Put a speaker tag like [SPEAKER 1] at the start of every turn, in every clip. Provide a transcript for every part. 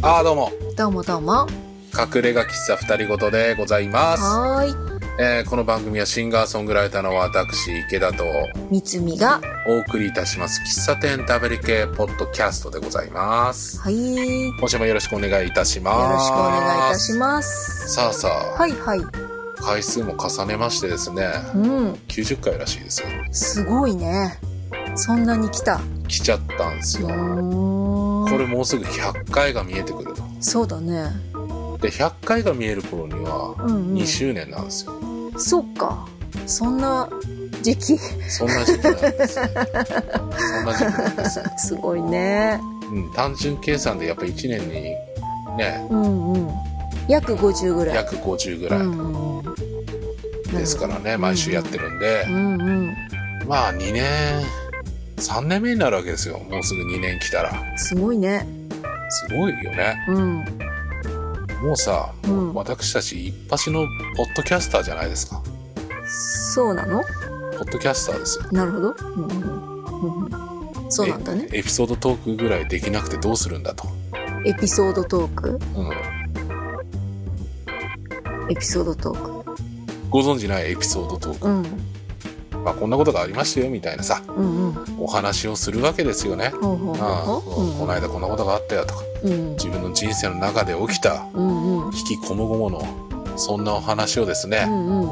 [SPEAKER 1] どうもどうも。
[SPEAKER 2] 隠れ家喫茶二人ごとでございます、
[SPEAKER 1] はー
[SPEAKER 2] えーこの番組はシンガーソングライターの私池田と
[SPEAKER 1] い。みつみが、
[SPEAKER 2] お送りいたします喫茶店食べる系ポッドキャストでございます
[SPEAKER 1] はい。よ
[SPEAKER 2] 今週もよろしくお願いいたしま
[SPEAKER 1] ろ
[SPEAKER 2] す
[SPEAKER 1] しくお願いいたします。
[SPEAKER 2] さあさあ、
[SPEAKER 1] はいはい。
[SPEAKER 2] 回数も重ねましてですね
[SPEAKER 1] うん。
[SPEAKER 2] 90回らしいですよ
[SPEAKER 1] すごいね。そんなに来た。
[SPEAKER 2] 来ちゃったんです
[SPEAKER 1] う
[SPEAKER 2] よ
[SPEAKER 1] ーん
[SPEAKER 2] これもうすぐ100回が見えてくると
[SPEAKER 1] そうだね。
[SPEAKER 2] で100回が見える頃には
[SPEAKER 1] うんう
[SPEAKER 2] 2周年なんですよ、
[SPEAKER 1] ん。そうか。そんな 時期。
[SPEAKER 2] そんな時期なんですよそんな時期なんですよ、
[SPEAKER 1] すごいね。
[SPEAKER 2] うん、単純計算でやっぱ1年にね
[SPEAKER 1] うんうん。約50ぐらい。
[SPEAKER 2] 約50ぐら
[SPEAKER 1] う
[SPEAKER 2] い
[SPEAKER 1] んうん。
[SPEAKER 2] ですからね、毎週やってるんで、
[SPEAKER 1] うんうん。
[SPEAKER 2] まあ2年3年目になるわけですよもうすぐ2年来たら
[SPEAKER 1] すごいね。
[SPEAKER 2] すごいよね
[SPEAKER 1] うん。
[SPEAKER 2] もうさ、
[SPEAKER 1] うん
[SPEAKER 2] 私たち一発のポッドキャスターじゃないですか
[SPEAKER 1] そうなの
[SPEAKER 2] ポッドキャスターですよ
[SPEAKER 1] なるほど。うんうんうんうん。そうなんだね。
[SPEAKER 2] エピソードトークぐらいできなくてどうするんだと、
[SPEAKER 1] エピソードトーク
[SPEAKER 2] うん、
[SPEAKER 1] エピソードトーク。
[SPEAKER 2] ご存じないエピソードトーク、
[SPEAKER 1] うん。
[SPEAKER 2] まあ、こんなことがありましたよみたいなさ
[SPEAKER 1] うんうん。
[SPEAKER 2] お話をするわけですよね
[SPEAKER 1] ほうほう
[SPEAKER 2] ああ
[SPEAKER 1] ほう
[SPEAKER 2] こ
[SPEAKER 1] ほう。
[SPEAKER 2] うこの間こんなことがあったよとか
[SPEAKER 1] うん。
[SPEAKER 2] 自分の人生の中で起きた
[SPEAKER 1] うんうん。
[SPEAKER 2] 引きこもごものそんなお話をです
[SPEAKER 1] う
[SPEAKER 2] ね、
[SPEAKER 1] んう。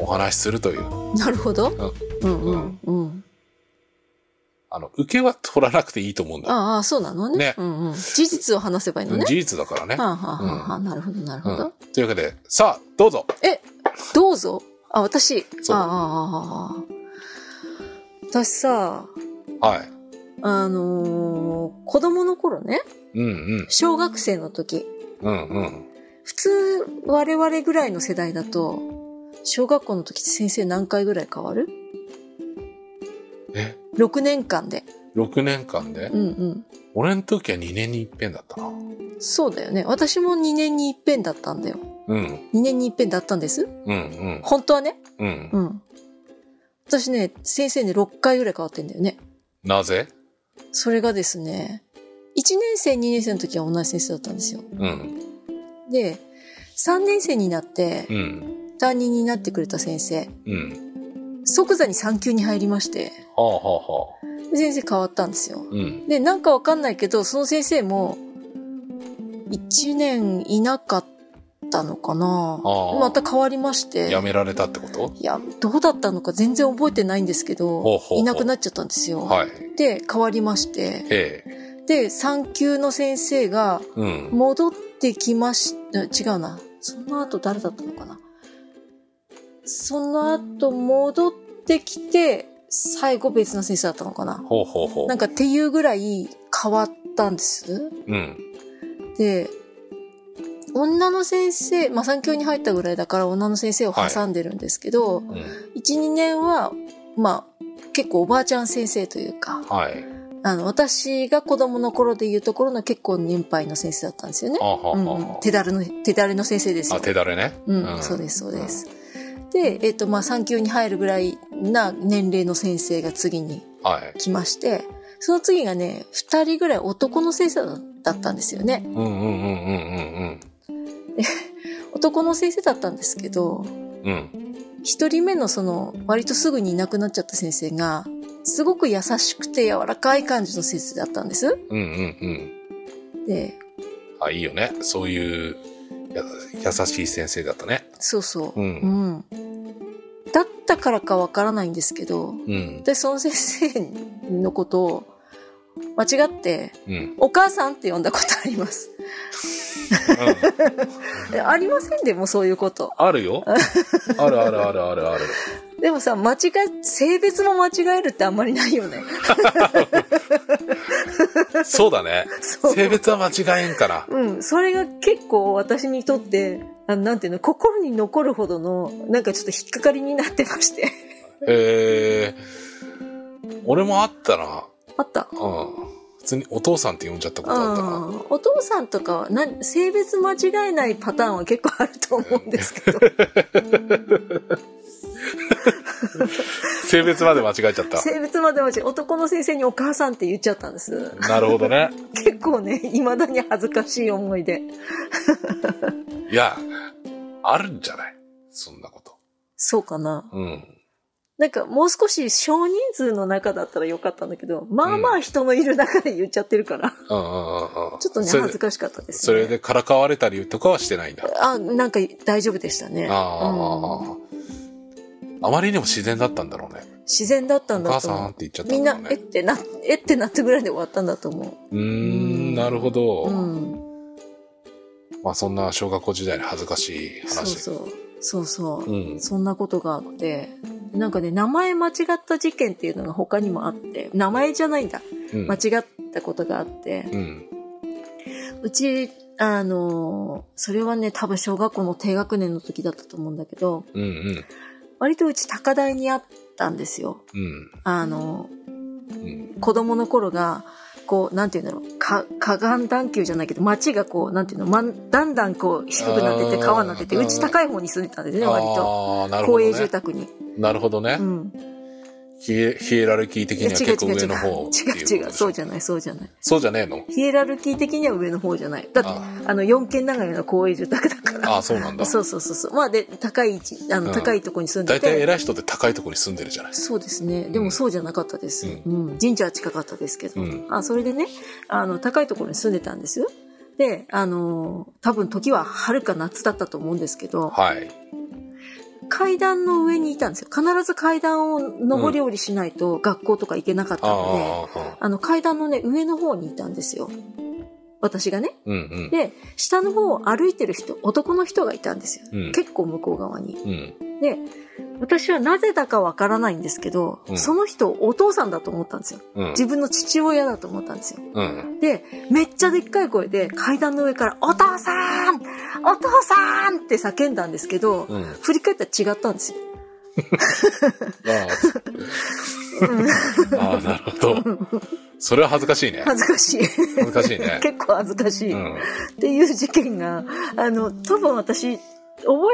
[SPEAKER 2] お話しするというん
[SPEAKER 1] なるほど。うんうんうん。
[SPEAKER 2] あの受けは取らなくていいと思うんだ、
[SPEAKER 1] ああ、そうなのね。
[SPEAKER 2] ね
[SPEAKER 1] うんうん。事実を話せばいいの
[SPEAKER 2] うん
[SPEAKER 1] ね。
[SPEAKER 2] 事実だからね、
[SPEAKER 1] はあ、はあはあはあ、なるほどなる
[SPEAKER 2] う
[SPEAKER 1] ほ
[SPEAKER 2] ん
[SPEAKER 1] ど。、
[SPEAKER 2] というわけでさあどうぞ
[SPEAKER 1] え、どうぞ。あ、私。
[SPEAKER 2] そ
[SPEAKER 1] あ
[SPEAKER 2] う
[SPEAKER 1] あ、ああ、ああ。私さ、
[SPEAKER 2] はい
[SPEAKER 1] あのー子供の頃ね、
[SPEAKER 2] うん
[SPEAKER 1] 小学生の時、
[SPEAKER 2] うんうんうん
[SPEAKER 1] 普通我々ぐらいの世代だと小学校の時って先生何回ぐらい変わる
[SPEAKER 2] え
[SPEAKER 1] ?6 年間で。
[SPEAKER 2] 6年間で、
[SPEAKER 1] うんうん。
[SPEAKER 2] 俺の時は2年に一遍だったな
[SPEAKER 1] そうだよね。私も2年に一遍だったんだよ。
[SPEAKER 2] うん
[SPEAKER 1] 2年に一遍だったんです。
[SPEAKER 2] うん
[SPEAKER 1] 本当はね。
[SPEAKER 2] うんうん
[SPEAKER 1] うん。私ね、先生ね、6回ぐらい変わってんだよね。
[SPEAKER 2] なぜ
[SPEAKER 1] それがですね、1年生、2年生の時は同じ先生だったんですよ。
[SPEAKER 2] うん
[SPEAKER 1] で、3年生になって
[SPEAKER 2] う、ん
[SPEAKER 1] 担任になってくれた先生、
[SPEAKER 2] うん
[SPEAKER 1] 即座に3級に入りまして、
[SPEAKER 2] はあはあはあ
[SPEAKER 1] で先生変わったんですよ。
[SPEAKER 2] うん
[SPEAKER 1] で、なんかわかんないけど、その先生も、一年いなかったのかな
[SPEAKER 2] ああ
[SPEAKER 1] また変わりまして。
[SPEAKER 2] やめられたってこと
[SPEAKER 1] いや、どうだったのか全然覚えてないんですけど、
[SPEAKER 2] ほうほうほう
[SPEAKER 1] いなくなっちゃったんですよ。
[SPEAKER 2] はい
[SPEAKER 1] で、変わりまして。
[SPEAKER 2] ええ
[SPEAKER 1] で、3級の先生が
[SPEAKER 2] うん
[SPEAKER 1] 戻ってきまし、あ違うな。その後誰だったのかなその後戻ってきて、最後別の先生だったのかな
[SPEAKER 2] ほうほうほ
[SPEAKER 1] なんかっていうぐらい変わったんです。
[SPEAKER 2] ううん
[SPEAKER 1] で、女の先生、まあ産教に入ったぐらいだから女の先生を挟んでるんですけど、
[SPEAKER 2] うん
[SPEAKER 1] 1、2年は、まあ結構おばあちゃん先生というか、
[SPEAKER 2] はい
[SPEAKER 1] あの、私が子供の頃でいうところの結構年配の先生だったんですよね
[SPEAKER 2] あ。はあ
[SPEAKER 1] うん
[SPEAKER 2] はあ
[SPEAKER 1] うん
[SPEAKER 2] は、
[SPEAKER 1] 手だれの、手だれの先生です
[SPEAKER 2] あ
[SPEAKER 1] よ
[SPEAKER 2] あ。手だれね
[SPEAKER 1] うん、
[SPEAKER 2] うん
[SPEAKER 1] そうです、そうです。で、えっ、と、まあ、産休に入るぐらいな年齢の先生が次に
[SPEAKER 2] はい
[SPEAKER 1] 来まして、その次がね、二人ぐらい男の先生だったんですよね。
[SPEAKER 2] うんうんうんうんうん
[SPEAKER 1] 男の先生だったんですけど、
[SPEAKER 2] うんうん
[SPEAKER 1] 一人目のその、割とすぐにいなくなっちゃった先生が、すごく優しくて柔らかい感じの先生だったんです。
[SPEAKER 2] うんうんうん
[SPEAKER 1] で、
[SPEAKER 2] あいいよねそういうや優しい先生だったね
[SPEAKER 1] そうそう。
[SPEAKER 2] うん
[SPEAKER 1] うん。だったからかわからないんですけど、
[SPEAKER 2] うん
[SPEAKER 1] で、その先生のことを、間違って、
[SPEAKER 2] うん
[SPEAKER 1] お母さんって呼んだことあります。え ありませんでもそういうこと。
[SPEAKER 2] あ るよあるあるあるあるある
[SPEAKER 1] でもさ、間違え、性別も間違えるってあんまりない よね。
[SPEAKER 2] そうだね
[SPEAKER 1] そう
[SPEAKER 2] 性別は間違えんから
[SPEAKER 1] うん、それが結構私にとって、あのなんていうの、心に残るほどの、なんかちょっと引っかかりになってまして。
[SPEAKER 2] えー、俺もあったな
[SPEAKER 1] あった
[SPEAKER 2] うん通にお父さんって呼んじゃったことあったな。
[SPEAKER 1] うんお父さんとかはな性別間違えないパターンは結構あると思うんですけ ど
[SPEAKER 2] 性別まで間違えちゃった。
[SPEAKER 1] 性別まで間違え男の先生にお母さんって言っちゃったんです
[SPEAKER 2] なるほどね。
[SPEAKER 1] 結構ねいまだに恥ずかしい思いで
[SPEAKER 2] いや、あるんじゃないそんなこと。
[SPEAKER 1] そうかな
[SPEAKER 2] うん。
[SPEAKER 1] なんかもう少し少人数の中だったらよかったんだけどまあまあ人のいる中で言っちゃってるから、
[SPEAKER 2] うんうんうんうん。
[SPEAKER 1] ちょっとね
[SPEAKER 2] それ
[SPEAKER 1] 恥ずかしかったです、ね、
[SPEAKER 2] それでからかわれたりとかはしてないんだ。
[SPEAKER 1] あなんか大丈夫でしたね
[SPEAKER 2] ああ、あまりにも自然だったんだろうね。
[SPEAKER 1] うん自然だった
[SPEAKER 2] お
[SPEAKER 1] ん
[SPEAKER 2] 母
[SPEAKER 1] だと
[SPEAKER 2] さん
[SPEAKER 1] 思
[SPEAKER 2] っ
[SPEAKER 1] う
[SPEAKER 2] て言っちゃった
[SPEAKER 1] みん
[SPEAKER 2] んだ
[SPEAKER 1] な
[SPEAKER 2] ろう
[SPEAKER 1] えっ
[SPEAKER 2] ね。
[SPEAKER 1] てなえってなってぐらいで終わったんだと思
[SPEAKER 2] うーん、なるほど。
[SPEAKER 1] ううん
[SPEAKER 2] まあそんな小学校時代の恥ずかしい話。
[SPEAKER 1] そうそうそうそう、
[SPEAKER 2] うん。
[SPEAKER 1] そんなことがあって、なんかね、名前間違った事件っていうのが他にもあって、名前じゃないんだ。
[SPEAKER 2] うん
[SPEAKER 1] 間違ったことがあって、
[SPEAKER 2] うん。
[SPEAKER 1] うち、あのー、それはね、多分小学校の低学年の時だったと思うんだけど、
[SPEAKER 2] うんうん。
[SPEAKER 1] 割とうち高台にあったんですよ。
[SPEAKER 2] うん。
[SPEAKER 1] あの
[SPEAKER 2] うん。
[SPEAKER 1] ー、子供の頃が、こう、なんて言うんだろう、か、河岸段丘じゃないけど、街がこう、なんていうの、まん、だんだんこう、低くなってって、川になってて、
[SPEAKER 2] あー
[SPEAKER 1] うち高い方に住んでたんですね、割と。
[SPEAKER 2] ああ、なるほ
[SPEAKER 1] 公
[SPEAKER 2] ど
[SPEAKER 1] 営住
[SPEAKER 2] ね。
[SPEAKER 1] 宅に。
[SPEAKER 2] なるほどね
[SPEAKER 1] う。ん。
[SPEAKER 2] ヒエヒエラルキー的
[SPEAKER 1] いや
[SPEAKER 2] には
[SPEAKER 1] 違う違
[SPEAKER 2] 結
[SPEAKER 1] う
[SPEAKER 2] 構
[SPEAKER 1] 違う
[SPEAKER 2] 上の方っていうことでしょ。
[SPEAKER 1] 違う違うそうじゃないそうじゃない
[SPEAKER 2] そうじゃねえの
[SPEAKER 1] ヒエラルキー的には上の方じゃないだって
[SPEAKER 2] あ
[SPEAKER 1] あの4軒長屋の公営住宅だから
[SPEAKER 2] ああ、そうなんだ。
[SPEAKER 1] そうそうそうそうまあで高い位置あの、
[SPEAKER 2] うん
[SPEAKER 1] 高いとこに住んで
[SPEAKER 2] 大体
[SPEAKER 1] て
[SPEAKER 2] 偉い人って高いところに住んでるじゃない
[SPEAKER 1] そうですねで
[SPEAKER 2] う
[SPEAKER 1] も
[SPEAKER 2] ん
[SPEAKER 1] そうじゃなかったです、
[SPEAKER 2] う
[SPEAKER 1] うん神社は近かったですけど、
[SPEAKER 2] うん
[SPEAKER 1] あそれでねあの高いところに住んでたんですよであの多分時は春か夏だったと思うんですけど
[SPEAKER 2] はい。
[SPEAKER 1] 階段の上にいたんですよ必ず階段を上り下りしないと学校とか行けなかった
[SPEAKER 2] あ
[SPEAKER 1] ので、
[SPEAKER 2] あ、
[SPEAKER 1] あの階段のね、上の方にいたんですよ。私がね。
[SPEAKER 2] うんうん。
[SPEAKER 1] で、下の方を歩いてる人、男の人がいたんですよ。
[SPEAKER 2] うん
[SPEAKER 1] 結構向こう側に。
[SPEAKER 2] うん。
[SPEAKER 1] で、私はなぜだかわからないんですけど、
[SPEAKER 2] うん
[SPEAKER 1] その人をお父さんだと思ったんですよ。
[SPEAKER 2] うん。
[SPEAKER 1] 自分の父親だと思ったんですよ。
[SPEAKER 2] うん。
[SPEAKER 1] で、めっちゃでっかい声で階段の上から、お父さんお父さんって叫んだんですけど、
[SPEAKER 2] うん。あ
[SPEAKER 1] 振り返ったら違ったんですよ。
[SPEAKER 2] あ、ああなるほど。それは恥ずかしいね。
[SPEAKER 1] 恥ずか しい。
[SPEAKER 2] 恥ずかしいね。
[SPEAKER 1] 結構恥ずかしい。
[SPEAKER 2] うん。
[SPEAKER 1] っていう事件が、あの、多分私、覚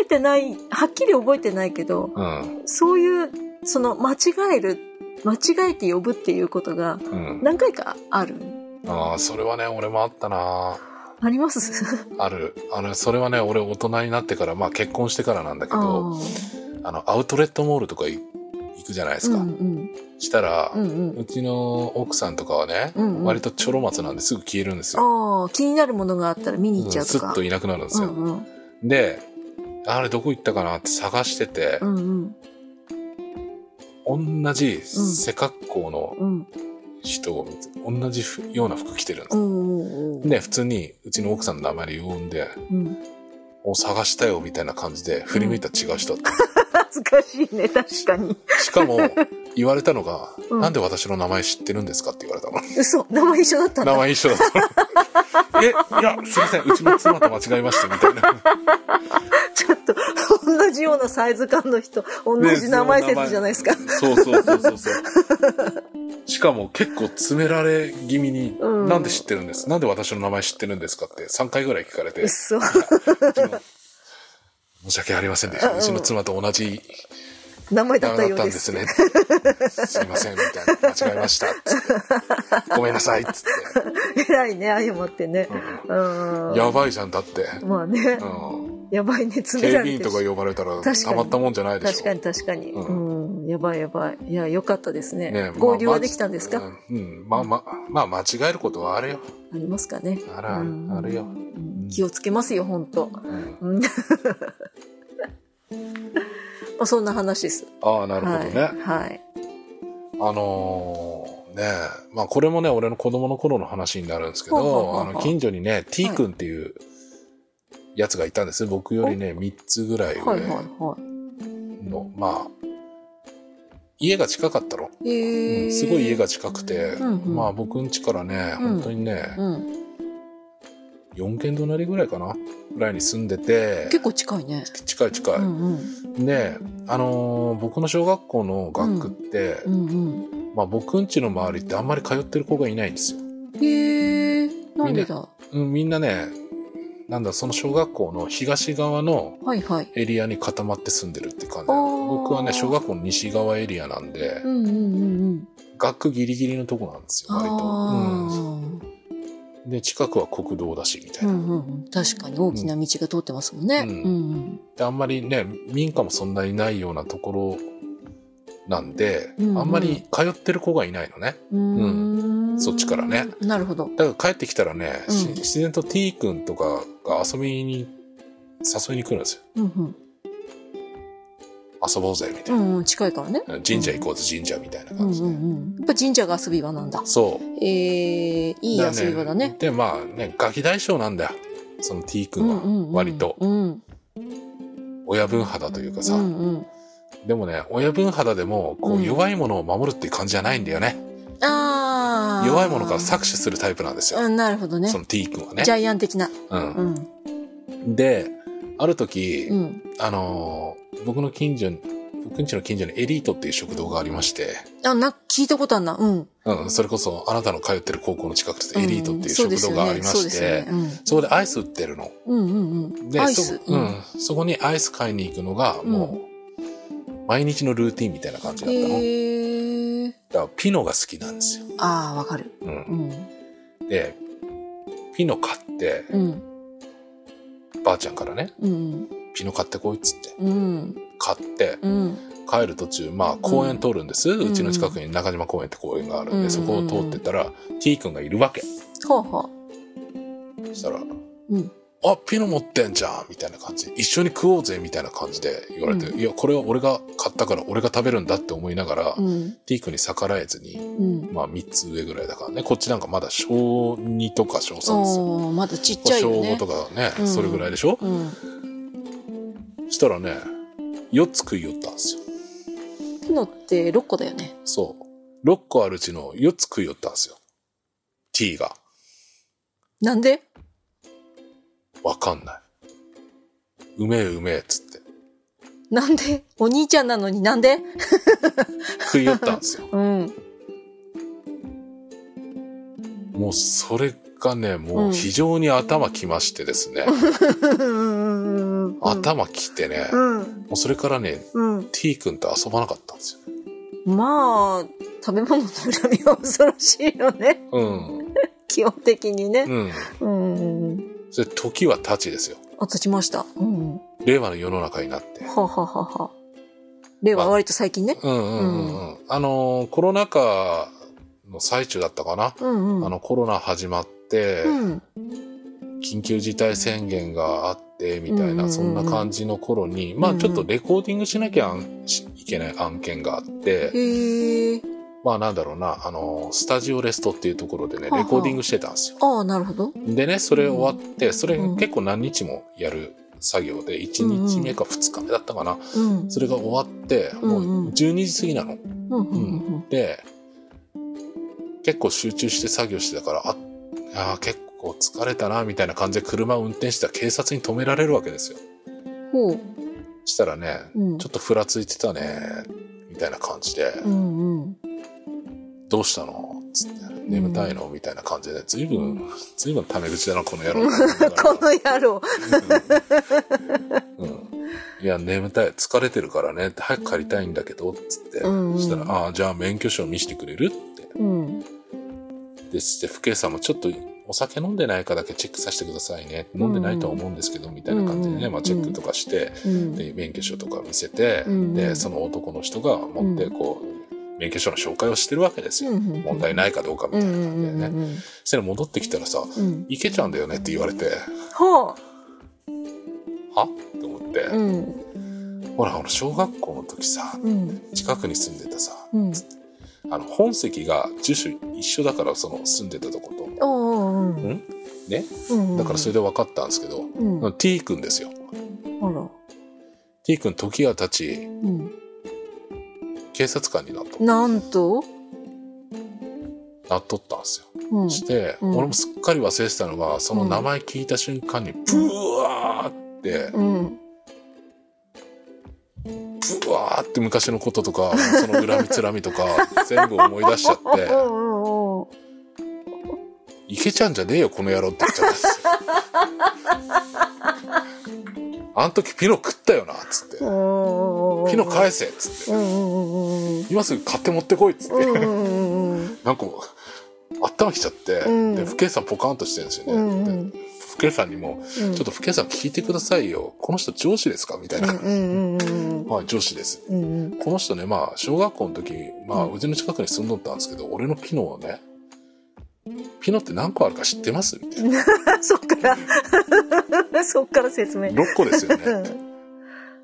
[SPEAKER 1] えてない、はっきり覚えてないけど、
[SPEAKER 2] うん。
[SPEAKER 1] そういう、その、間違える、間違えて呼ぶっていうことが、
[SPEAKER 2] うん。
[SPEAKER 1] 何回かある。
[SPEAKER 2] ああ、それはね、俺もあったな。
[SPEAKER 1] あります
[SPEAKER 2] ある。あの、それはね、俺大人になってから、まあ結婚してからなんだけ
[SPEAKER 1] あ
[SPEAKER 2] ど、
[SPEAKER 1] ー
[SPEAKER 2] あの、アウトレットモールとかい行くじゃないです
[SPEAKER 1] うん
[SPEAKER 2] か。
[SPEAKER 1] うん。
[SPEAKER 2] したら、
[SPEAKER 1] う
[SPEAKER 2] うん
[SPEAKER 1] うん。
[SPEAKER 2] ちの奥さんとかはね、
[SPEAKER 1] うんうん
[SPEAKER 2] 割とちょろ松なんですぐ消えるんですよ。
[SPEAKER 1] ああ、気になるものがあったら見に行っちゃう
[SPEAKER 2] す
[SPEAKER 1] と
[SPEAKER 2] っ
[SPEAKER 1] か。
[SPEAKER 2] といなくなるんですよ。
[SPEAKER 1] うんうん。
[SPEAKER 2] で、あれどこ行ったかなって探してて
[SPEAKER 1] う、ん
[SPEAKER 2] 同じ背格好の
[SPEAKER 1] うん。
[SPEAKER 2] 人を、同じような服着てるんで
[SPEAKER 1] う
[SPEAKER 2] す。
[SPEAKER 1] んうん。
[SPEAKER 2] で、普通にうちの奥さんの名前で呼んで、
[SPEAKER 1] うん。
[SPEAKER 2] お探したよみたいな感じで振り向いたら違う 人だった。
[SPEAKER 1] 恥ずかしいね、確かに。
[SPEAKER 2] しかも、言われたのが、
[SPEAKER 1] うん
[SPEAKER 2] なんで私の名前知ってるんですかって言われたの。
[SPEAKER 1] 嘘、名前一緒だったん
[SPEAKER 2] 名
[SPEAKER 1] だ。
[SPEAKER 2] 前一緒だっ た。え、いや、すいません、うちの妻と間違えましたみたいな。
[SPEAKER 1] ちょっと、同じようなサイズ感の人、同じ名前説じゃないですか。
[SPEAKER 2] そうそうそうそうそう。しかも結構詰められ気味に、
[SPEAKER 1] うん
[SPEAKER 2] なんで知ってるんですなんで私の名前知ってるんですかって3回ぐらい聞かれて、うち
[SPEAKER 1] 嘘。
[SPEAKER 2] の申し訳ありませんでし
[SPEAKER 1] う
[SPEAKER 2] た。
[SPEAKER 1] ん
[SPEAKER 2] うちの妻と同じ
[SPEAKER 1] 名前
[SPEAKER 2] 名
[SPEAKER 1] だっ
[SPEAKER 2] 前
[SPEAKER 1] た
[SPEAKER 2] だ
[SPEAKER 1] よ
[SPEAKER 2] った
[SPEAKER 1] うんで。
[SPEAKER 2] ですすね。すいません、みたいな。間違えました。つってごめんなさい、つって。
[SPEAKER 1] 偉いね、謝ってね。うん。
[SPEAKER 2] やばいじゃん、だって。
[SPEAKER 1] まあね、
[SPEAKER 2] うん、
[SPEAKER 1] やばいね、詰
[SPEAKER 2] 警
[SPEAKER 1] められ
[SPEAKER 2] 備
[SPEAKER 1] て
[SPEAKER 2] 員
[SPEAKER 1] る
[SPEAKER 2] とか呼ばれたら
[SPEAKER 1] 確かに
[SPEAKER 2] たまったもんじゃないで
[SPEAKER 1] 確
[SPEAKER 2] しょ。
[SPEAKER 1] かに確かに。
[SPEAKER 2] う
[SPEAKER 1] うん、やばいやばい。いや、よかったですね。
[SPEAKER 2] ねえ
[SPEAKER 1] 合流
[SPEAKER 2] まあ
[SPEAKER 1] はできたんですか、あ
[SPEAKER 2] うん、まあまあ、まあ間違えることはあるよ。
[SPEAKER 1] りますかね。
[SPEAKER 2] あるあ
[SPEAKER 1] う
[SPEAKER 2] る
[SPEAKER 1] ん
[SPEAKER 2] あるよ
[SPEAKER 1] うん気をつけますよ、本当
[SPEAKER 2] うん
[SPEAKER 1] うん まあそんな話です。
[SPEAKER 2] ああ、なるほどね。
[SPEAKER 1] はい。はい。
[SPEAKER 2] あのーねえ、まあこれもね、俺の子供の頃の話になるんですけど、
[SPEAKER 1] ほうほうほうほう
[SPEAKER 2] あの近所にね、T 君っていうやつがいたんです。僕よりね、3つぐらい上の、
[SPEAKER 1] はいは
[SPEAKER 2] まあ、家が近かったの。
[SPEAKER 1] いはい。へ
[SPEAKER 2] う
[SPEAKER 1] え。
[SPEAKER 2] んすごい家が近くて、
[SPEAKER 1] うんうん
[SPEAKER 2] まあ僕ん家からね、
[SPEAKER 1] うん
[SPEAKER 2] 本当にね、
[SPEAKER 1] うん。
[SPEAKER 2] 4軒隣ぐらいかなぐらいに住んでて、
[SPEAKER 1] 結構近いね。
[SPEAKER 2] 近い近い。
[SPEAKER 1] うんうん。
[SPEAKER 2] で、あのー僕の小学校の学区って、
[SPEAKER 1] うんうん。
[SPEAKER 2] まあ僕ん家の周りってあんまり通ってる子がいないんですよ。
[SPEAKER 1] へえ、なんでだ
[SPEAKER 2] うん、みんなね、なんだ、その小学校の東側の
[SPEAKER 1] はいはい。
[SPEAKER 2] エリアに固まって住んでるって感じ。
[SPEAKER 1] あー
[SPEAKER 2] 僕はね、小学校の西側エリアなんで
[SPEAKER 1] う、んうんうんうん。
[SPEAKER 2] 学区ギリギリのとこなんですよ、割と。
[SPEAKER 1] あ
[SPEAKER 2] うん、で、近くは国道だし、みた
[SPEAKER 1] あ、う
[SPEAKER 2] いな、
[SPEAKER 1] んうんうん。確かに大きな道が通ってますもんね。
[SPEAKER 2] うん
[SPEAKER 1] うん
[SPEAKER 2] で。あんまりね、民家もそんなにないようなところなんで、
[SPEAKER 1] うんうん
[SPEAKER 2] あんまり通ってる子がいないのね。
[SPEAKER 1] うん。うーん
[SPEAKER 2] そっちからね。
[SPEAKER 1] なるほど。
[SPEAKER 2] だから帰ってきたらね、
[SPEAKER 1] うん
[SPEAKER 2] し自然と T 君とかが遊びに、誘いに来るんですよ。
[SPEAKER 1] うんうん。
[SPEAKER 2] 遊ぼうぜ、みた
[SPEAKER 1] う
[SPEAKER 2] い
[SPEAKER 1] んうん、近いからね。
[SPEAKER 2] な。神社行こうぜ、神社みたいな
[SPEAKER 1] うん
[SPEAKER 2] 感
[SPEAKER 1] うん
[SPEAKER 2] じで。
[SPEAKER 1] うん。やっぱ神社が遊び場なんだ。
[SPEAKER 2] そう。
[SPEAKER 1] えー、いい
[SPEAKER 2] だ
[SPEAKER 1] 遊
[SPEAKER 2] から
[SPEAKER 1] び場だね。
[SPEAKER 2] で、まあね、ガキ大将なんだよ。その T
[SPEAKER 1] う
[SPEAKER 2] 君
[SPEAKER 1] んうんう
[SPEAKER 2] は
[SPEAKER 1] ん。
[SPEAKER 2] 割と
[SPEAKER 1] うん。
[SPEAKER 2] 親分肌というかさ、
[SPEAKER 1] うんうん。
[SPEAKER 2] でもね、親分肌でもこ
[SPEAKER 1] う
[SPEAKER 2] うん弱いものを守るっていう感じじゃないんだよね。
[SPEAKER 1] ああ。
[SPEAKER 2] 弱いものから搾取するタイプなんですよ。
[SPEAKER 1] うん、なるほどね
[SPEAKER 2] そ。の T 君はね
[SPEAKER 1] ジ。ャイアン的な。
[SPEAKER 2] う
[SPEAKER 1] うん。
[SPEAKER 2] ん。で、ある時、
[SPEAKER 1] うん。
[SPEAKER 2] あのー僕の近所に、僕んちの近所にエリートっていう食堂がありまして、
[SPEAKER 1] あ、なんか聞いたことあんな。うん。
[SPEAKER 2] うん、それこそあなたの通ってる高校の近くでエリートっていう食堂がありま
[SPEAKER 1] そう
[SPEAKER 2] し
[SPEAKER 1] です
[SPEAKER 2] て、
[SPEAKER 1] よね。そうですよね
[SPEAKER 2] そこでアイス売ってるの。
[SPEAKER 1] うんうんうんうん。
[SPEAKER 2] で
[SPEAKER 1] アイス
[SPEAKER 2] そ,、。うん、そこにアイス買いに行くのがもう、毎日のルーティンみたいな感じだったの、だ
[SPEAKER 1] へえ。
[SPEAKER 2] からピノが好きなんですよ、
[SPEAKER 1] ああ、わかる。
[SPEAKER 2] う、
[SPEAKER 1] うんん。
[SPEAKER 2] でピノ買って
[SPEAKER 1] うん。
[SPEAKER 2] ばあちゃんからね
[SPEAKER 1] うん。
[SPEAKER 2] ピノ買ってこいっつって
[SPEAKER 1] うん。
[SPEAKER 2] 買って
[SPEAKER 1] うん。
[SPEAKER 2] 帰る途中まあ公園通るんです、うんちの近くに中島公園って公園があるんで、
[SPEAKER 1] うん
[SPEAKER 2] そこを通ってたら T 君がいるわけ
[SPEAKER 1] ほうほ
[SPEAKER 2] そしたら
[SPEAKER 1] う。うん。
[SPEAKER 2] あ、ピノ持ってんじゃんみたいな感じ。一緒に食おうぜみたいな感じで言われて、
[SPEAKER 1] う
[SPEAKER 2] いや、これは俺が買ったから俺が食べるんだって思いながら、
[SPEAKER 1] うん。
[SPEAKER 2] ティークに逆らえずに、
[SPEAKER 1] うん。
[SPEAKER 2] まあ3つ上ぐらいだからね、こっちなんかまだ小2とか小3ですよ。
[SPEAKER 1] おー、まだちっちゃいよ
[SPEAKER 2] 小5
[SPEAKER 1] ね
[SPEAKER 2] と。かね、
[SPEAKER 1] うん
[SPEAKER 2] それぐらいでしょ
[SPEAKER 1] うん。
[SPEAKER 2] したらね、4つ食い寄ったんですよ。
[SPEAKER 1] ピノって6個だよね。
[SPEAKER 2] そう。6個あるうちの4つ食い寄ったんですよ。T が。
[SPEAKER 1] なんで
[SPEAKER 2] わかんない。うめえうめえっつって。
[SPEAKER 1] なんでお兄ちゃんなのになんで。
[SPEAKER 2] 食い寄ったんです よ
[SPEAKER 1] うん。
[SPEAKER 2] もうそれがね、もう非常に頭きましてですね。頭きてね、
[SPEAKER 1] う
[SPEAKER 2] も
[SPEAKER 1] ん。
[SPEAKER 2] うそれからね、
[SPEAKER 1] うん。
[SPEAKER 2] T 君と遊ばなかったんですよ。
[SPEAKER 1] まあ、食べ物の恨みは恐ろしいよね。
[SPEAKER 2] うん。
[SPEAKER 1] 基本的にね。
[SPEAKER 2] うん。
[SPEAKER 1] うんうんうん。
[SPEAKER 2] それ時は経ちですよ。
[SPEAKER 1] あ、立ちました。うんうん。
[SPEAKER 2] 令和の世の中になって。
[SPEAKER 1] はあはあはあはあ。令和は割と最近ね。
[SPEAKER 2] うんうんうんうん。あのーコロナ禍の最中だったかな。
[SPEAKER 1] うんうん。
[SPEAKER 2] あの、コロナ始まって、
[SPEAKER 1] うん。
[SPEAKER 2] 緊急事態宣言があって、みたい
[SPEAKER 1] うんうんうんう
[SPEAKER 2] な、
[SPEAKER 1] ん
[SPEAKER 2] そんな感じの頃に、まあ
[SPEAKER 1] うんうん
[SPEAKER 2] ちょっとレコーディングしなきゃしいけない案件があって、
[SPEAKER 1] へえ。
[SPEAKER 2] まあなんだろうな、あのースタジオレストっていうところでね、
[SPEAKER 1] はあはあ
[SPEAKER 2] レコーディングしてたんですよ。
[SPEAKER 1] ああ、なるほど。
[SPEAKER 2] でね、それ終わって、それ
[SPEAKER 1] うん
[SPEAKER 2] 結構何日もやる作業で、
[SPEAKER 1] うん
[SPEAKER 2] 1日目か2日目だったかな。
[SPEAKER 1] うん。
[SPEAKER 2] それが終わって、も
[SPEAKER 1] ん
[SPEAKER 2] う
[SPEAKER 1] うん
[SPEAKER 2] う12時過ぎなの。
[SPEAKER 1] うんうんうん
[SPEAKER 2] で、結構集中して作業してたから、あ、あー結構疲れたな、みたいな感じで車を運転してたら警察に止められるわけですよ。
[SPEAKER 1] うん。ほう。
[SPEAKER 2] したらね、
[SPEAKER 1] うん
[SPEAKER 2] ちょっとふらついてたね、みたいな感じで、
[SPEAKER 1] うんうん。
[SPEAKER 2] どうしたのつって、眠たいのみたいな感じで、ずいぶん、ずいぶんタメ口だな、この野郎。
[SPEAKER 1] この野郎。
[SPEAKER 2] うんうんいや、眠たい。疲れてるからね。早く帰りたいんだけど、つって。
[SPEAKER 1] うんうん
[SPEAKER 2] したら、ああ、じゃあ免許証見せてくれるって。
[SPEAKER 1] うん。
[SPEAKER 2] でして、父兄さんもちょっとお酒飲んでないかだけチェックさせてくださいね。
[SPEAKER 1] ん
[SPEAKER 2] 飲んでないとは思うんですけど、みたいな感
[SPEAKER 1] う
[SPEAKER 2] じで
[SPEAKER 1] んう
[SPEAKER 2] ね、
[SPEAKER 1] ん
[SPEAKER 2] まあチェックとかして、
[SPEAKER 1] うん。
[SPEAKER 2] で、免許証とか見せて
[SPEAKER 1] うんう、ん
[SPEAKER 2] で、その男の人が持って、こう、免許証の紹介をしてるわけですよ。問題ないかどうか
[SPEAKER 1] う
[SPEAKER 2] み
[SPEAKER 1] ん
[SPEAKER 2] た
[SPEAKER 1] う
[SPEAKER 2] いな感
[SPEAKER 1] ん
[SPEAKER 2] じ
[SPEAKER 1] う
[SPEAKER 2] で
[SPEAKER 1] ん
[SPEAKER 2] ね。
[SPEAKER 1] うん。
[SPEAKER 2] そしたら戻ってきたらさ、
[SPEAKER 1] うん。
[SPEAKER 2] いけちゃうんだよねって言われて、
[SPEAKER 1] ほう。
[SPEAKER 2] はって思って、
[SPEAKER 1] うん。
[SPEAKER 2] ほら、ほら、小学校の時さ、
[SPEAKER 1] うん。
[SPEAKER 2] 近くに住んでたさ、
[SPEAKER 1] うん。
[SPEAKER 2] あの、本籍が住所一緒だから、その住んでたとこと。
[SPEAKER 1] おうおう
[SPEAKER 2] ね。
[SPEAKER 1] おうん。
[SPEAKER 2] だからそれ
[SPEAKER 1] れ。
[SPEAKER 2] で分かったんですけど、
[SPEAKER 1] うん。あ
[SPEAKER 2] T 君ですよ。
[SPEAKER 1] ら。
[SPEAKER 2] T 君、時が経ち、
[SPEAKER 1] うん。
[SPEAKER 2] 警察官になっと、
[SPEAKER 1] なんと
[SPEAKER 2] なっとったんですよ。
[SPEAKER 1] うん。
[SPEAKER 2] して、
[SPEAKER 1] うん
[SPEAKER 2] 俺もすっかり忘れてたのが、その名前聞いた瞬間に、ブワーって、
[SPEAKER 1] うん。
[SPEAKER 2] ブワーって昔のこととか、 その恨みつらみとか、全部思い出しちゃっ
[SPEAKER 1] おう
[SPEAKER 2] て、
[SPEAKER 1] おうおう
[SPEAKER 2] いけちゃうんじゃねえよ、この野郎って言っちゃったんですよあん時ピノ食ったよな、つって。ピノ返せ、つって。
[SPEAKER 1] うんうんうん
[SPEAKER 2] 今すぐ買って持ってこい、つっ
[SPEAKER 1] う
[SPEAKER 2] て。
[SPEAKER 1] んうんうん
[SPEAKER 2] なんかもう、頭きちゃって、
[SPEAKER 1] うん
[SPEAKER 2] で、不景さんポカンとしてるんですよね。
[SPEAKER 1] うんうん
[SPEAKER 2] で不景さんにも、
[SPEAKER 1] うん
[SPEAKER 2] ちょっと不景さん聞いてくださいよ。この人上司ですかみたいな。
[SPEAKER 1] うんうんうん
[SPEAKER 2] はい、上司です。
[SPEAKER 1] うんうん
[SPEAKER 2] この人ね、まあ、小学校の時、まあ、
[SPEAKER 1] うん
[SPEAKER 2] うちの近くに住んどったんですけど、俺のピノをね、ピノって何個あるか知ってますみたいな。
[SPEAKER 1] そっからそっから説明
[SPEAKER 2] 6個ですよ
[SPEAKER 1] う
[SPEAKER 2] ね。
[SPEAKER 1] ん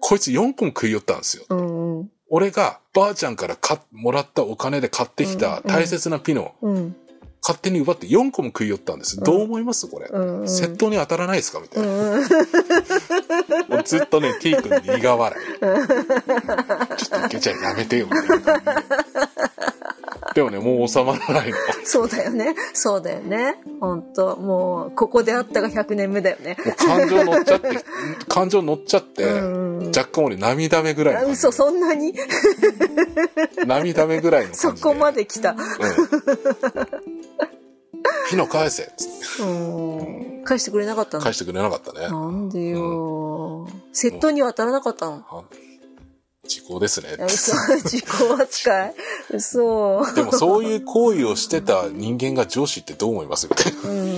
[SPEAKER 2] こいつ4個も食いよったんですよ。
[SPEAKER 1] うんうん
[SPEAKER 2] 俺がばあちゃんからかもらったお金で買ってきた大切なピノを
[SPEAKER 1] うん
[SPEAKER 2] 勝手に奪って4個も食いよったんです。どう思いますこれ。
[SPEAKER 1] うんうん
[SPEAKER 2] 窃盗に当たらないですかみた
[SPEAKER 1] う
[SPEAKER 2] いな。
[SPEAKER 1] んうん
[SPEAKER 2] 俺ずっとね、T 君に苦笑い。ちょっと池ちゃんやめてよ。みたいな感じででもね、もう収まらないの。
[SPEAKER 1] そうだよねそうだよね本当もうここであったが100年目だよね
[SPEAKER 2] もう感情乗っちゃって、感情乗っちゃって、
[SPEAKER 1] うんうん
[SPEAKER 2] 若干俺涙目ぐらいの
[SPEAKER 1] あ
[SPEAKER 2] 感じ
[SPEAKER 1] 嘘そんなに
[SPEAKER 2] 涙目ぐらいの
[SPEAKER 1] そ
[SPEAKER 2] 感じで。
[SPEAKER 1] こまで来た
[SPEAKER 2] うん。火の返せっつって
[SPEAKER 1] うん返してくれなかったの
[SPEAKER 2] 返してくれなかったね。
[SPEAKER 1] なんでよ、窃盗には当たらなかったの
[SPEAKER 2] あ時効ですね。
[SPEAKER 1] いや嘘時効扱い嘘
[SPEAKER 2] でもそういう行為をしてた人間が上司ってどう思いますみたいな。
[SPEAKER 1] うん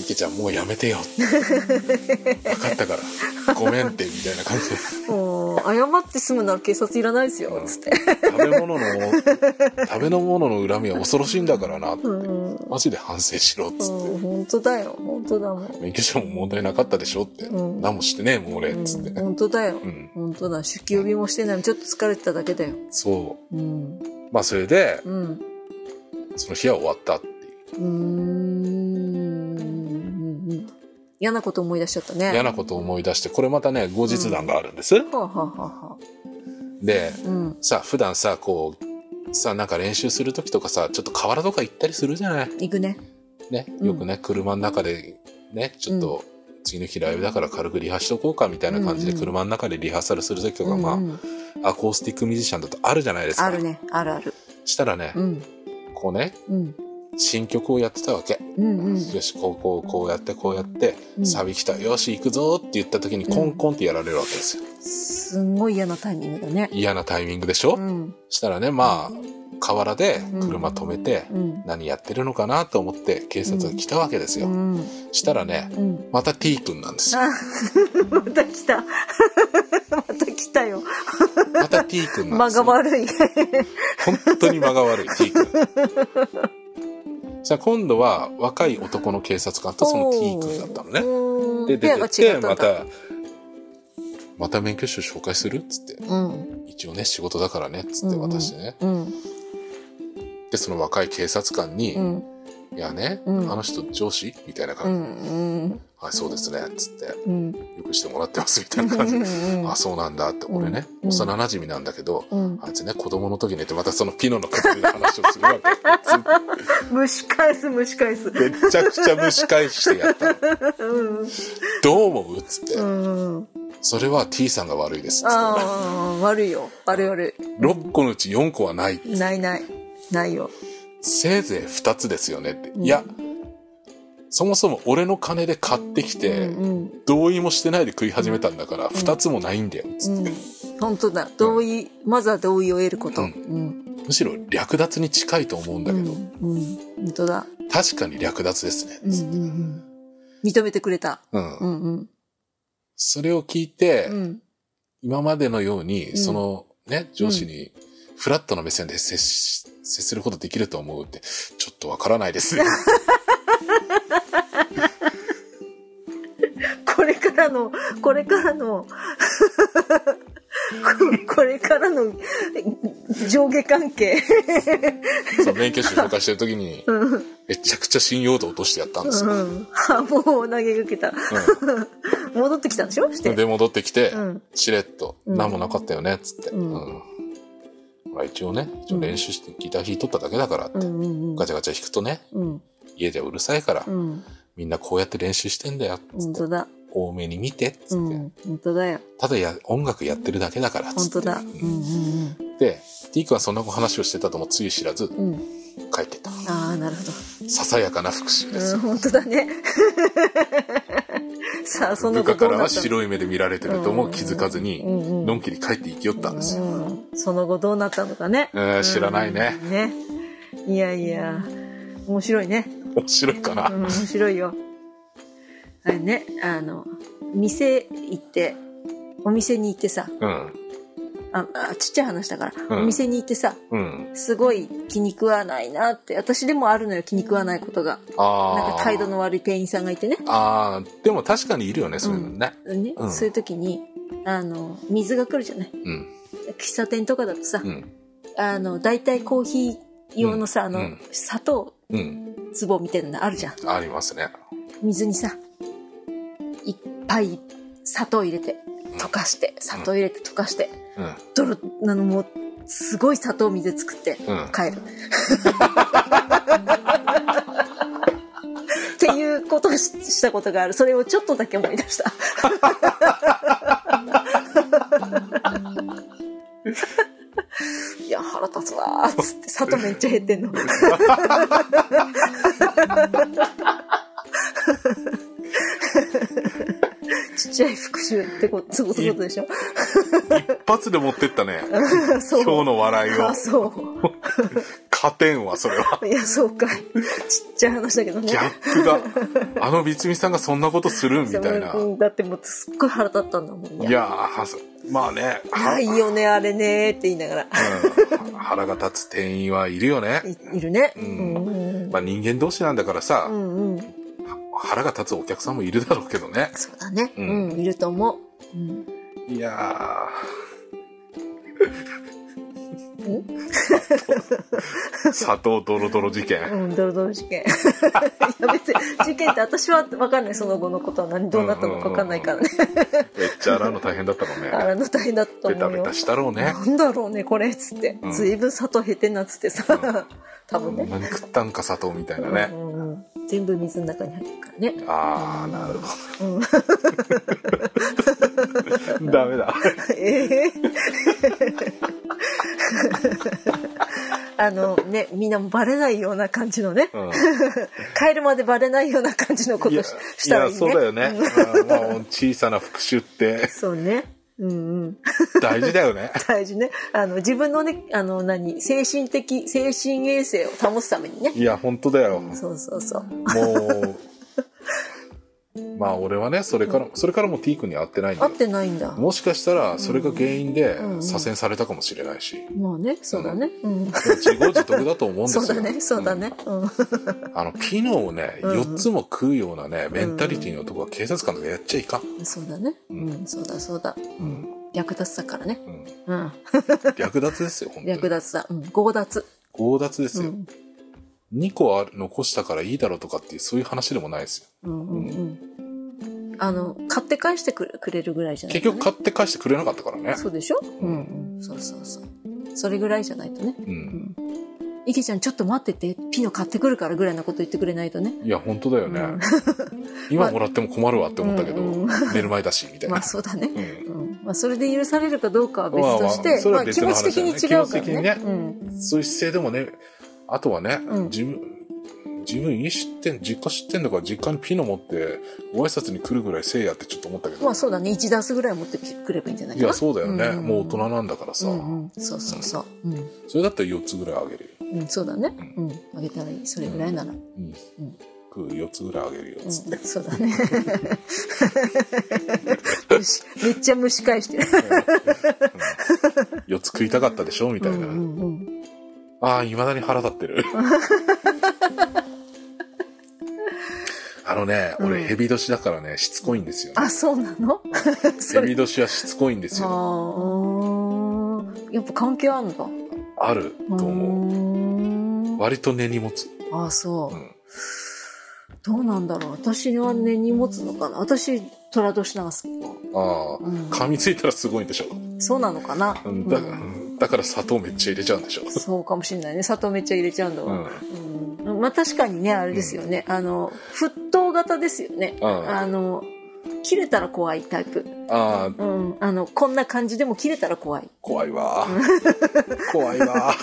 [SPEAKER 2] 池ちゃんもうやめてよ。分かったから。ごめんって、みたいな感じで。
[SPEAKER 1] もう謝って済むなら警察いらないですよつって
[SPEAKER 2] 食べ物の、食べの物の恨みは恐ろしいんだからな。
[SPEAKER 1] うんうん
[SPEAKER 2] マジで反省しろっつって。
[SPEAKER 1] 本当だよ本当だもん
[SPEAKER 2] 免許証も問題なかったでしょって、
[SPEAKER 1] うん
[SPEAKER 2] 何もしてねえもん俺っつって、
[SPEAKER 1] うん本当だよ
[SPEAKER 2] うん
[SPEAKER 1] 本当だ出勤呼びもしてないのにちょっと疲れてただけだよ
[SPEAKER 2] そ
[SPEAKER 1] うん
[SPEAKER 2] うまあそれで
[SPEAKER 1] うん
[SPEAKER 2] その日は終わったってい
[SPEAKER 1] うー
[SPEAKER 2] う
[SPEAKER 1] んうんうん嫌なこと思い出しちゃったね
[SPEAKER 2] 嫌なことを思い出してこれまたね後日談があるんです、
[SPEAKER 1] はあ、はあはあはあ、
[SPEAKER 2] で
[SPEAKER 1] うん
[SPEAKER 2] さ普段さこうさなんか練習する時とかさちょっと河原とか行ったりするじゃない
[SPEAKER 1] 行くね
[SPEAKER 2] ね
[SPEAKER 1] うん
[SPEAKER 2] よくね、車の中でねちょっと、次の日ライブだから軽くリハしとこうかみたいな感じで
[SPEAKER 1] うんうん
[SPEAKER 2] 車の中でリハーサルする時とか、
[SPEAKER 1] う
[SPEAKER 2] ま
[SPEAKER 1] んうん
[SPEAKER 2] あアコースティックミュージシャンだとあるじゃないですか
[SPEAKER 1] あるねあるある
[SPEAKER 2] したらね、
[SPEAKER 1] うん
[SPEAKER 2] こうね
[SPEAKER 1] うん
[SPEAKER 2] 新曲をやってたわけ
[SPEAKER 1] うんうん
[SPEAKER 2] よしこうこうこうやってこうやって、
[SPEAKER 1] うん
[SPEAKER 2] サビ来たよし行くぞって言った時にコンコンってやられるわけですよ
[SPEAKER 1] すんごい嫌なタイミングだね
[SPEAKER 2] 嫌なタイミングでしょ、
[SPEAKER 1] うん
[SPEAKER 2] したらねまあ河原で車止めて、
[SPEAKER 1] うん
[SPEAKER 2] 何やってるのかなと思って警察が来たわけです
[SPEAKER 1] う
[SPEAKER 2] よ、
[SPEAKER 1] ん
[SPEAKER 2] したらね
[SPEAKER 1] うん
[SPEAKER 2] また T 君なんですよ
[SPEAKER 1] あまた来た また来たよ
[SPEAKER 2] また T 君なん
[SPEAKER 1] 間
[SPEAKER 2] です
[SPEAKER 1] が
[SPEAKER 2] よ
[SPEAKER 1] 悪い
[SPEAKER 2] 本当に間が悪い T 君さあ今度は若い男の警察官とその T 君だったのね
[SPEAKER 1] の
[SPEAKER 2] で
[SPEAKER 1] ペ
[SPEAKER 2] 出
[SPEAKER 1] アが
[SPEAKER 2] て
[SPEAKER 1] 違
[SPEAKER 2] て
[SPEAKER 1] ったん
[SPEAKER 2] ま
[SPEAKER 1] だ
[SPEAKER 2] た「また免許証紹介する?」っつって
[SPEAKER 1] うん
[SPEAKER 2] 一応ね仕事だからねっつって
[SPEAKER 1] うんうん
[SPEAKER 2] 渡してね、
[SPEAKER 1] うん
[SPEAKER 2] でその若い警察官に「
[SPEAKER 1] うん
[SPEAKER 2] いやね、
[SPEAKER 1] うん
[SPEAKER 2] あの人上司?」みたいな
[SPEAKER 1] う
[SPEAKER 2] 感じ、
[SPEAKER 1] ん
[SPEAKER 2] はいそうですね」っつって「
[SPEAKER 1] うん
[SPEAKER 2] よくしてもらってます」みたいな感じで
[SPEAKER 1] うんう
[SPEAKER 2] 「
[SPEAKER 1] ん
[SPEAKER 2] あそうなんだ」って俺ね、
[SPEAKER 1] うん
[SPEAKER 2] 幼馴染なんだけど、
[SPEAKER 1] うん
[SPEAKER 2] あいつね子供の時にってまたそのピノの家庭の話をす るわけ
[SPEAKER 1] 蒸し返す蒸し返す
[SPEAKER 2] めちゃくちゃ蒸し返してやったの
[SPEAKER 1] うん
[SPEAKER 2] 「どう思う?」っつって、
[SPEAKER 1] うん
[SPEAKER 2] それは T さんが悪いです」っつって
[SPEAKER 1] ああ悪いよ悪い悪
[SPEAKER 2] 6個のうち4個はない
[SPEAKER 1] いないないないよ
[SPEAKER 2] せいぜい2つですよね」って「
[SPEAKER 1] ん
[SPEAKER 2] いやそもそも俺の金で買ってきて、
[SPEAKER 1] うん
[SPEAKER 2] 同意もしてないで食い始めたんだから、二つもないんだよ、つ
[SPEAKER 1] う
[SPEAKER 2] って
[SPEAKER 1] ん本当だ同意まずは同意を得ること
[SPEAKER 2] う
[SPEAKER 1] うんん
[SPEAKER 2] むしろ略奪に近いと思うんだ
[SPEAKER 1] う
[SPEAKER 2] け
[SPEAKER 1] ん
[SPEAKER 2] ど、
[SPEAKER 1] うん本当だ
[SPEAKER 2] 確かに略奪ですね。
[SPEAKER 1] うんうんうん認めてくれた
[SPEAKER 2] うん
[SPEAKER 1] うんうん
[SPEAKER 2] それを聞いて、
[SPEAKER 1] うん
[SPEAKER 2] 今までのように、
[SPEAKER 1] ん
[SPEAKER 2] そのね、上司に、フラットな目線で接し、接することできると思うって、ちょっとわからないですね。
[SPEAKER 1] これからのこれからの ここれからの上下関係
[SPEAKER 2] その免許証紹介してる時に、めちゃくちゃ信用度落としてやったんですよ。
[SPEAKER 1] うんあもう投げかけた戻ってきたんでしょし
[SPEAKER 2] う
[SPEAKER 1] て
[SPEAKER 2] ん、で、戻ってきて、
[SPEAKER 1] うん
[SPEAKER 2] しれっと、
[SPEAKER 1] うん
[SPEAKER 2] 何もなかったよね、つって。
[SPEAKER 1] うん
[SPEAKER 2] うんまあ一応ね、一応練習してギター弾いとっただけだからって
[SPEAKER 1] う。んうんうん
[SPEAKER 2] ガチャガチャ弾くとね、
[SPEAKER 1] うん
[SPEAKER 2] 家じゃうるさいから、
[SPEAKER 1] うん
[SPEAKER 2] みんなこうやって練習してんだよ、つ
[SPEAKER 1] 本
[SPEAKER 2] って
[SPEAKER 1] 当。だ
[SPEAKER 2] 多めに見て、つって。
[SPEAKER 1] うん本当だよ
[SPEAKER 2] ただや、音楽やってるだけだから、つって。
[SPEAKER 1] 本当だう
[SPEAKER 2] うん
[SPEAKER 1] んうん
[SPEAKER 2] で、ティークはそんな話をしてたともつゆ知らず、
[SPEAKER 1] うん
[SPEAKER 2] 書いてた。
[SPEAKER 1] ああ、なるほど。
[SPEAKER 2] ささやかな復習です
[SPEAKER 1] うん、。本当だね。 さあ、その後
[SPEAKER 2] 部下
[SPEAKER 1] ど
[SPEAKER 2] か
[SPEAKER 1] うな
[SPEAKER 2] ら
[SPEAKER 1] ったの
[SPEAKER 2] は白い目で見られてるとも気づかずに、
[SPEAKER 1] うんうん
[SPEAKER 2] のんきに帰っていきよったんですよ。
[SPEAKER 1] うんその後どうなったのかね。
[SPEAKER 2] えー知らないね
[SPEAKER 1] うん。ね。いやいや、面白いね。
[SPEAKER 2] 面白いか
[SPEAKER 1] う
[SPEAKER 2] な。
[SPEAKER 1] ん、面白いよ。あれね、あの、店行って、お店に行ってさ、
[SPEAKER 2] うん。
[SPEAKER 1] あ、あちっちゃい話だから、
[SPEAKER 2] うん
[SPEAKER 1] お店に行ってさ、
[SPEAKER 2] うん。
[SPEAKER 1] すごい気に食わないなって、私でもあるのよ、気に食わないことが。
[SPEAKER 2] ああ。
[SPEAKER 1] なんか態度の悪い店員さんがいてね。
[SPEAKER 2] ああ、でも確かにいるよね、そういうのね。
[SPEAKER 1] ね、
[SPEAKER 2] うん
[SPEAKER 1] そういう時に、あの、水が来るじゃない。
[SPEAKER 2] うん。
[SPEAKER 1] 喫茶店とかだとさ、
[SPEAKER 2] うん。
[SPEAKER 1] あの、大体コーヒー用のさ、
[SPEAKER 2] うん
[SPEAKER 1] あの、
[SPEAKER 2] うん
[SPEAKER 1] 砂糖
[SPEAKER 2] うん。
[SPEAKER 1] 壺みたいなのあるじゃん。
[SPEAKER 2] ありますね。
[SPEAKER 1] 水にさ、いっぱい砂糖入れて、溶かして、砂糖入れて溶かして、
[SPEAKER 2] うん。
[SPEAKER 1] ドロ、あの、もう、すごい砂糖水作って、
[SPEAKER 2] うん
[SPEAKER 1] 帰る。 っていうことをししたことがある。それをちょっとだけ思い出した。いや、腹立つわーっつって、砂糖めっちゃ減ってんの。 ちっちゃい復習ってこと、そういうことでしょ
[SPEAKER 2] 一発で持ってったね。
[SPEAKER 1] そう。
[SPEAKER 2] 今日の笑いを
[SPEAKER 1] あ、。そう。
[SPEAKER 2] 加点は、それは。
[SPEAKER 1] いや、そうかい。ちっちゃい話だけどね。
[SPEAKER 2] ギャップが。あの、三つみさんがそんなことするみたいな。
[SPEAKER 1] うんだってもうすっごい腹立ったんだもん。
[SPEAKER 2] いやー、はさまあね。
[SPEAKER 1] ないよね、あれね、って言いながら。
[SPEAKER 2] うん腹が立つ店員はいるよね。
[SPEAKER 1] いいるね。うんん。
[SPEAKER 2] まあ人間同士なんだから
[SPEAKER 1] う
[SPEAKER 2] さ、
[SPEAKER 1] んうん。
[SPEAKER 2] 腹が立つお客さんもいるだろうけどね。
[SPEAKER 1] そうだね。
[SPEAKER 2] う
[SPEAKER 1] うんん、いると思う。うん。
[SPEAKER 2] いやー。 砂糖ドロドロ事件。
[SPEAKER 1] うん、ドロドロ事 件。いや、別に、事件って私は分かんない、その後のことは何、どうなったのか分かんないからね。
[SPEAKER 2] めっちゃ洗うの大変だったろう
[SPEAKER 1] あ
[SPEAKER 2] ね。
[SPEAKER 1] らの大変だったと
[SPEAKER 2] ベ
[SPEAKER 1] 思
[SPEAKER 2] タ
[SPEAKER 1] う
[SPEAKER 2] ベ
[SPEAKER 1] よ
[SPEAKER 2] タ。したろうね。
[SPEAKER 1] なんだろうね、これ、つって
[SPEAKER 2] う。ん
[SPEAKER 1] ずいぶん砂糖減ってんな、つってさ。多分ね。
[SPEAKER 2] 何食ったんか砂糖みたいなね
[SPEAKER 1] う。んうんうん全部水の中に入ってるからね。
[SPEAKER 2] あー、なる
[SPEAKER 1] うん、
[SPEAKER 2] ほ ど。ダメだ。
[SPEAKER 1] ええ あのね、みんなもバレないような感じのね、
[SPEAKER 2] うん
[SPEAKER 1] 帰るまでバレないような感じのこ
[SPEAKER 2] い
[SPEAKER 1] と
[SPEAKER 2] や
[SPEAKER 1] ししたらいいね。
[SPEAKER 2] そうだよね。
[SPEAKER 1] ん
[SPEAKER 2] うんまあ小さな復讐って
[SPEAKER 1] そうね。うんうん。
[SPEAKER 2] 大事だよね。
[SPEAKER 1] 大事ね。あの、自分のね、あの、何、精神的、精神衛生を保つためにね。
[SPEAKER 2] いや、本当だよ。
[SPEAKER 1] そうそうそう。
[SPEAKER 2] もう、まあ俺はね、それから、それからも T 君に会ってないんだ
[SPEAKER 1] 合
[SPEAKER 2] よ
[SPEAKER 1] っ。てないんだ。
[SPEAKER 2] もしかしたら、それが原因で
[SPEAKER 1] うんうん
[SPEAKER 2] 左遷されたかもしれないし。
[SPEAKER 1] まあね、そうだね。うん。
[SPEAKER 2] でも自業自得だと思うんですよ。
[SPEAKER 1] そうだね、そうだね。うん。
[SPEAKER 2] うん。あの、ピノをね、
[SPEAKER 1] うん
[SPEAKER 2] 4つも食うようなね、メンタリティの男は警察官とかやっちゃいかん。
[SPEAKER 1] そうだね。
[SPEAKER 2] う
[SPEAKER 1] うんん、そうだそうだ。うんん。略奪だからね。う
[SPEAKER 2] うん。
[SPEAKER 1] ん。
[SPEAKER 2] 略奪ですよ、本当
[SPEAKER 1] 略
[SPEAKER 2] に。
[SPEAKER 1] 奪だ。うん。強奪。
[SPEAKER 2] 強奪です
[SPEAKER 1] う
[SPEAKER 2] よ。
[SPEAKER 1] ん。
[SPEAKER 2] 2個ある残したからいいだろうとかっていう、そういう話でもないですよ。
[SPEAKER 1] うんうんうん。あの、買って返してくれくれるぐらいじゃない
[SPEAKER 2] 結
[SPEAKER 1] とね
[SPEAKER 2] 局買って返してくれなかったからね。
[SPEAKER 1] そうでしょうんうん。そうそうそう。それぐらいじゃないとね。
[SPEAKER 2] う。
[SPEAKER 1] うんん。いけちゃんちょっと待ってて、ピノ買ってくるからぐらいなこと言ってくれない とね。
[SPEAKER 2] いや、本当だよね。
[SPEAKER 1] うん
[SPEAKER 2] 今もらっても困るわって思ったけど、
[SPEAKER 1] うん
[SPEAKER 2] 寝る前だし、みたい
[SPEAKER 1] ま
[SPEAKER 2] な
[SPEAKER 1] あ。そうだね。
[SPEAKER 2] うん
[SPEAKER 1] うん。まあそれで許されるかどうかは別とし
[SPEAKER 2] まあまあ
[SPEAKER 1] て、
[SPEAKER 2] それ
[SPEAKER 1] ま
[SPEAKER 2] は
[SPEAKER 1] あ
[SPEAKER 2] 別
[SPEAKER 1] 気
[SPEAKER 2] の
[SPEAKER 1] 持ち的
[SPEAKER 2] 話だよ
[SPEAKER 1] に違
[SPEAKER 2] ね
[SPEAKER 1] うからね。
[SPEAKER 2] 気
[SPEAKER 1] うん。
[SPEAKER 2] そういう姿勢でもね、あとはね、
[SPEAKER 1] うん
[SPEAKER 2] 自分、自分家知ってん、実家知ってんだから実家にピノ持ってご挨拶に来るぐらいせいやってちょっと思ったけど、
[SPEAKER 1] まあそうだね。1ダースぐらい持ってくればいいんじゃない
[SPEAKER 2] い
[SPEAKER 1] かな。
[SPEAKER 2] や、そうだよね、
[SPEAKER 1] うん
[SPEAKER 2] もう大人なんだからさ、
[SPEAKER 1] うんうん、そうそうそう。うん。
[SPEAKER 2] それだったら4つぐらいあげるよ。
[SPEAKER 1] うん、そうだね。うん。あげたらいい。それぐらいなら。
[SPEAKER 2] うん。
[SPEAKER 1] うん
[SPEAKER 2] 食う4つぐらいあげるよ、
[SPEAKER 1] うん、
[SPEAKER 2] つって。
[SPEAKER 1] そうだね。虫めっちゃ蒸し返してる。
[SPEAKER 2] 4つ食いたかったでしょみた
[SPEAKER 1] う
[SPEAKER 2] い
[SPEAKER 1] ん
[SPEAKER 2] な。
[SPEAKER 1] うんうん。
[SPEAKER 2] ああ、未だに腹立ってる。あのね、俺、
[SPEAKER 1] うん
[SPEAKER 2] ヘビ年だからね、しつこいんですよね、
[SPEAKER 1] あ、そうなのそ
[SPEAKER 2] ヘ
[SPEAKER 1] れ。
[SPEAKER 2] ビ年はしつこいんです
[SPEAKER 1] あ
[SPEAKER 2] よ。
[SPEAKER 1] ーやっぱ関係あるんだ。
[SPEAKER 2] あると思う。
[SPEAKER 1] 思
[SPEAKER 2] 割と根に持つ。
[SPEAKER 1] あーそうう、
[SPEAKER 2] ん
[SPEAKER 1] どうなんだろう。私は根に持つのかな。私、虎年なんですけど。
[SPEAKER 2] ああ、
[SPEAKER 1] うん
[SPEAKER 2] 噛みついたらすごいんでしょ。
[SPEAKER 1] そうなのかな。
[SPEAKER 2] う
[SPEAKER 1] うんん
[SPEAKER 2] だだから砂糖めっちゃ入れちゃうんでしょ。
[SPEAKER 1] そうかもしれないね。砂糖めっちゃ入れちゃうんだ
[SPEAKER 2] う
[SPEAKER 1] わ。
[SPEAKER 2] ん。
[SPEAKER 1] うんまあ確かにねあれですよね、あの沸騰型ですよね、
[SPEAKER 2] うん
[SPEAKER 1] あの切れたら怖いタイプ。
[SPEAKER 2] ああ、
[SPEAKER 1] うん。あの、こんな感じでも切れたら怖い。
[SPEAKER 2] 怖 いわ。怖いわ。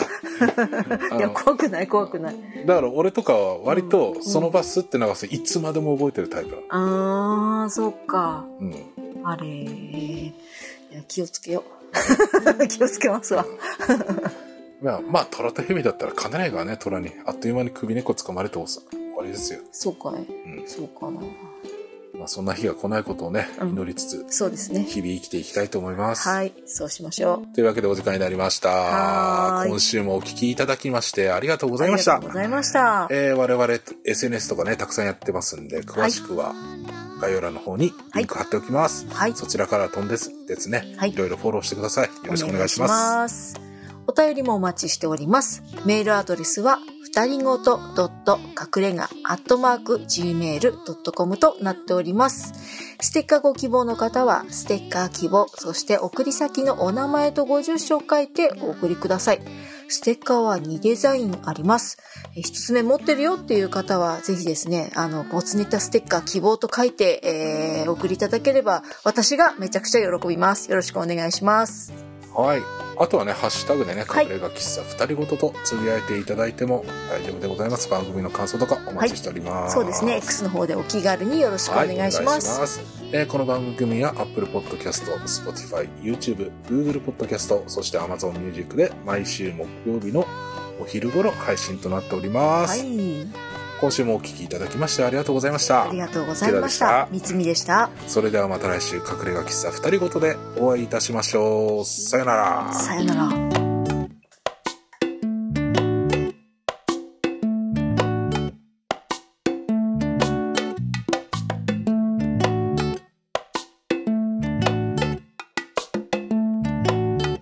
[SPEAKER 2] あ
[SPEAKER 1] いや、
[SPEAKER 2] の
[SPEAKER 1] 怖くない、怖くない。
[SPEAKER 2] だから俺とかは割
[SPEAKER 1] う
[SPEAKER 2] と
[SPEAKER 1] ん
[SPEAKER 2] その場スって流すいつまでも覚えてるタイプだ。
[SPEAKER 1] あー、そっか。
[SPEAKER 2] うん。
[SPEAKER 1] あれいや、気をつけよう。 気をつけますわ。
[SPEAKER 2] まあ、まあ、虎と蛇だったら勝てないからね、虎に。あっという間に首根っこ掴まれておさ終わりですよ。
[SPEAKER 1] そうかい。
[SPEAKER 2] うん。
[SPEAKER 1] そうかな。
[SPEAKER 2] まあ、そんな日が来ないことをね、
[SPEAKER 1] うん
[SPEAKER 2] 祈りつつ、
[SPEAKER 1] そうですね。
[SPEAKER 2] 日々生きていきたいと思います。
[SPEAKER 1] はい。そうしましょう。
[SPEAKER 2] というわけでお時間になりまし
[SPEAKER 1] は
[SPEAKER 2] た。
[SPEAKER 1] ーい
[SPEAKER 2] 今週もお聞きいただきましてありがとうございまし
[SPEAKER 1] あ
[SPEAKER 2] た
[SPEAKER 1] りがとう。ございました。
[SPEAKER 2] えー我々 SNS とかね、たくさんやってますんで、詳しくは概要欄の方にリンク貼っておきます。
[SPEAKER 1] はい
[SPEAKER 2] そちらから飛んですですね、
[SPEAKER 1] はい
[SPEAKER 2] い。ろいろフォローしてください。よろしくお願いします。
[SPEAKER 1] お願いしますお便りもお待ちしております。メールアドレスは、ふたりごとドット隠れがアットマーク gmail.com となっております。ステッカーご希望の方は、ステッカー希望、そして送り先のお名前とご住所を書いてお送りください。ステッカーは2デザインあります。え一つ目持ってるよっていう方は、ぜひですね、あの、ボツネタステッカー希望と書いて、えー、お送りいただければ、私がめちゃくちゃ喜びます。よろしくお願いします。
[SPEAKER 2] はい。あとはね、ハッシュタグでね、
[SPEAKER 1] はい
[SPEAKER 2] 隠れ家喫茶二人ごととつぶやいていただいても大丈夫でございます。番組の感想とかお待ちしております。
[SPEAKER 1] そうですね。X の方でお気軽によろしくお
[SPEAKER 2] は
[SPEAKER 1] 願いします。
[SPEAKER 2] お願いしえーこの番組は Apple Podcast、Spotify、YouTube、Google Podcast、そして Amazon Music で毎週木曜日のお昼頃配信となっておりま
[SPEAKER 1] は
[SPEAKER 2] す。
[SPEAKER 1] い。
[SPEAKER 2] 今週もお聞きいただきましてありがとうございました
[SPEAKER 1] あり。がとうございました。
[SPEAKER 2] 池
[SPEAKER 1] 三つみでした。
[SPEAKER 2] それではまた来週隠れ家喫茶二人ごとでお会いいたしましょう。さよなら。
[SPEAKER 1] さよなら。
[SPEAKER 2] 隠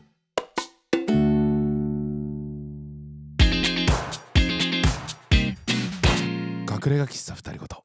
[SPEAKER 2] れ家喫茶二人ごと。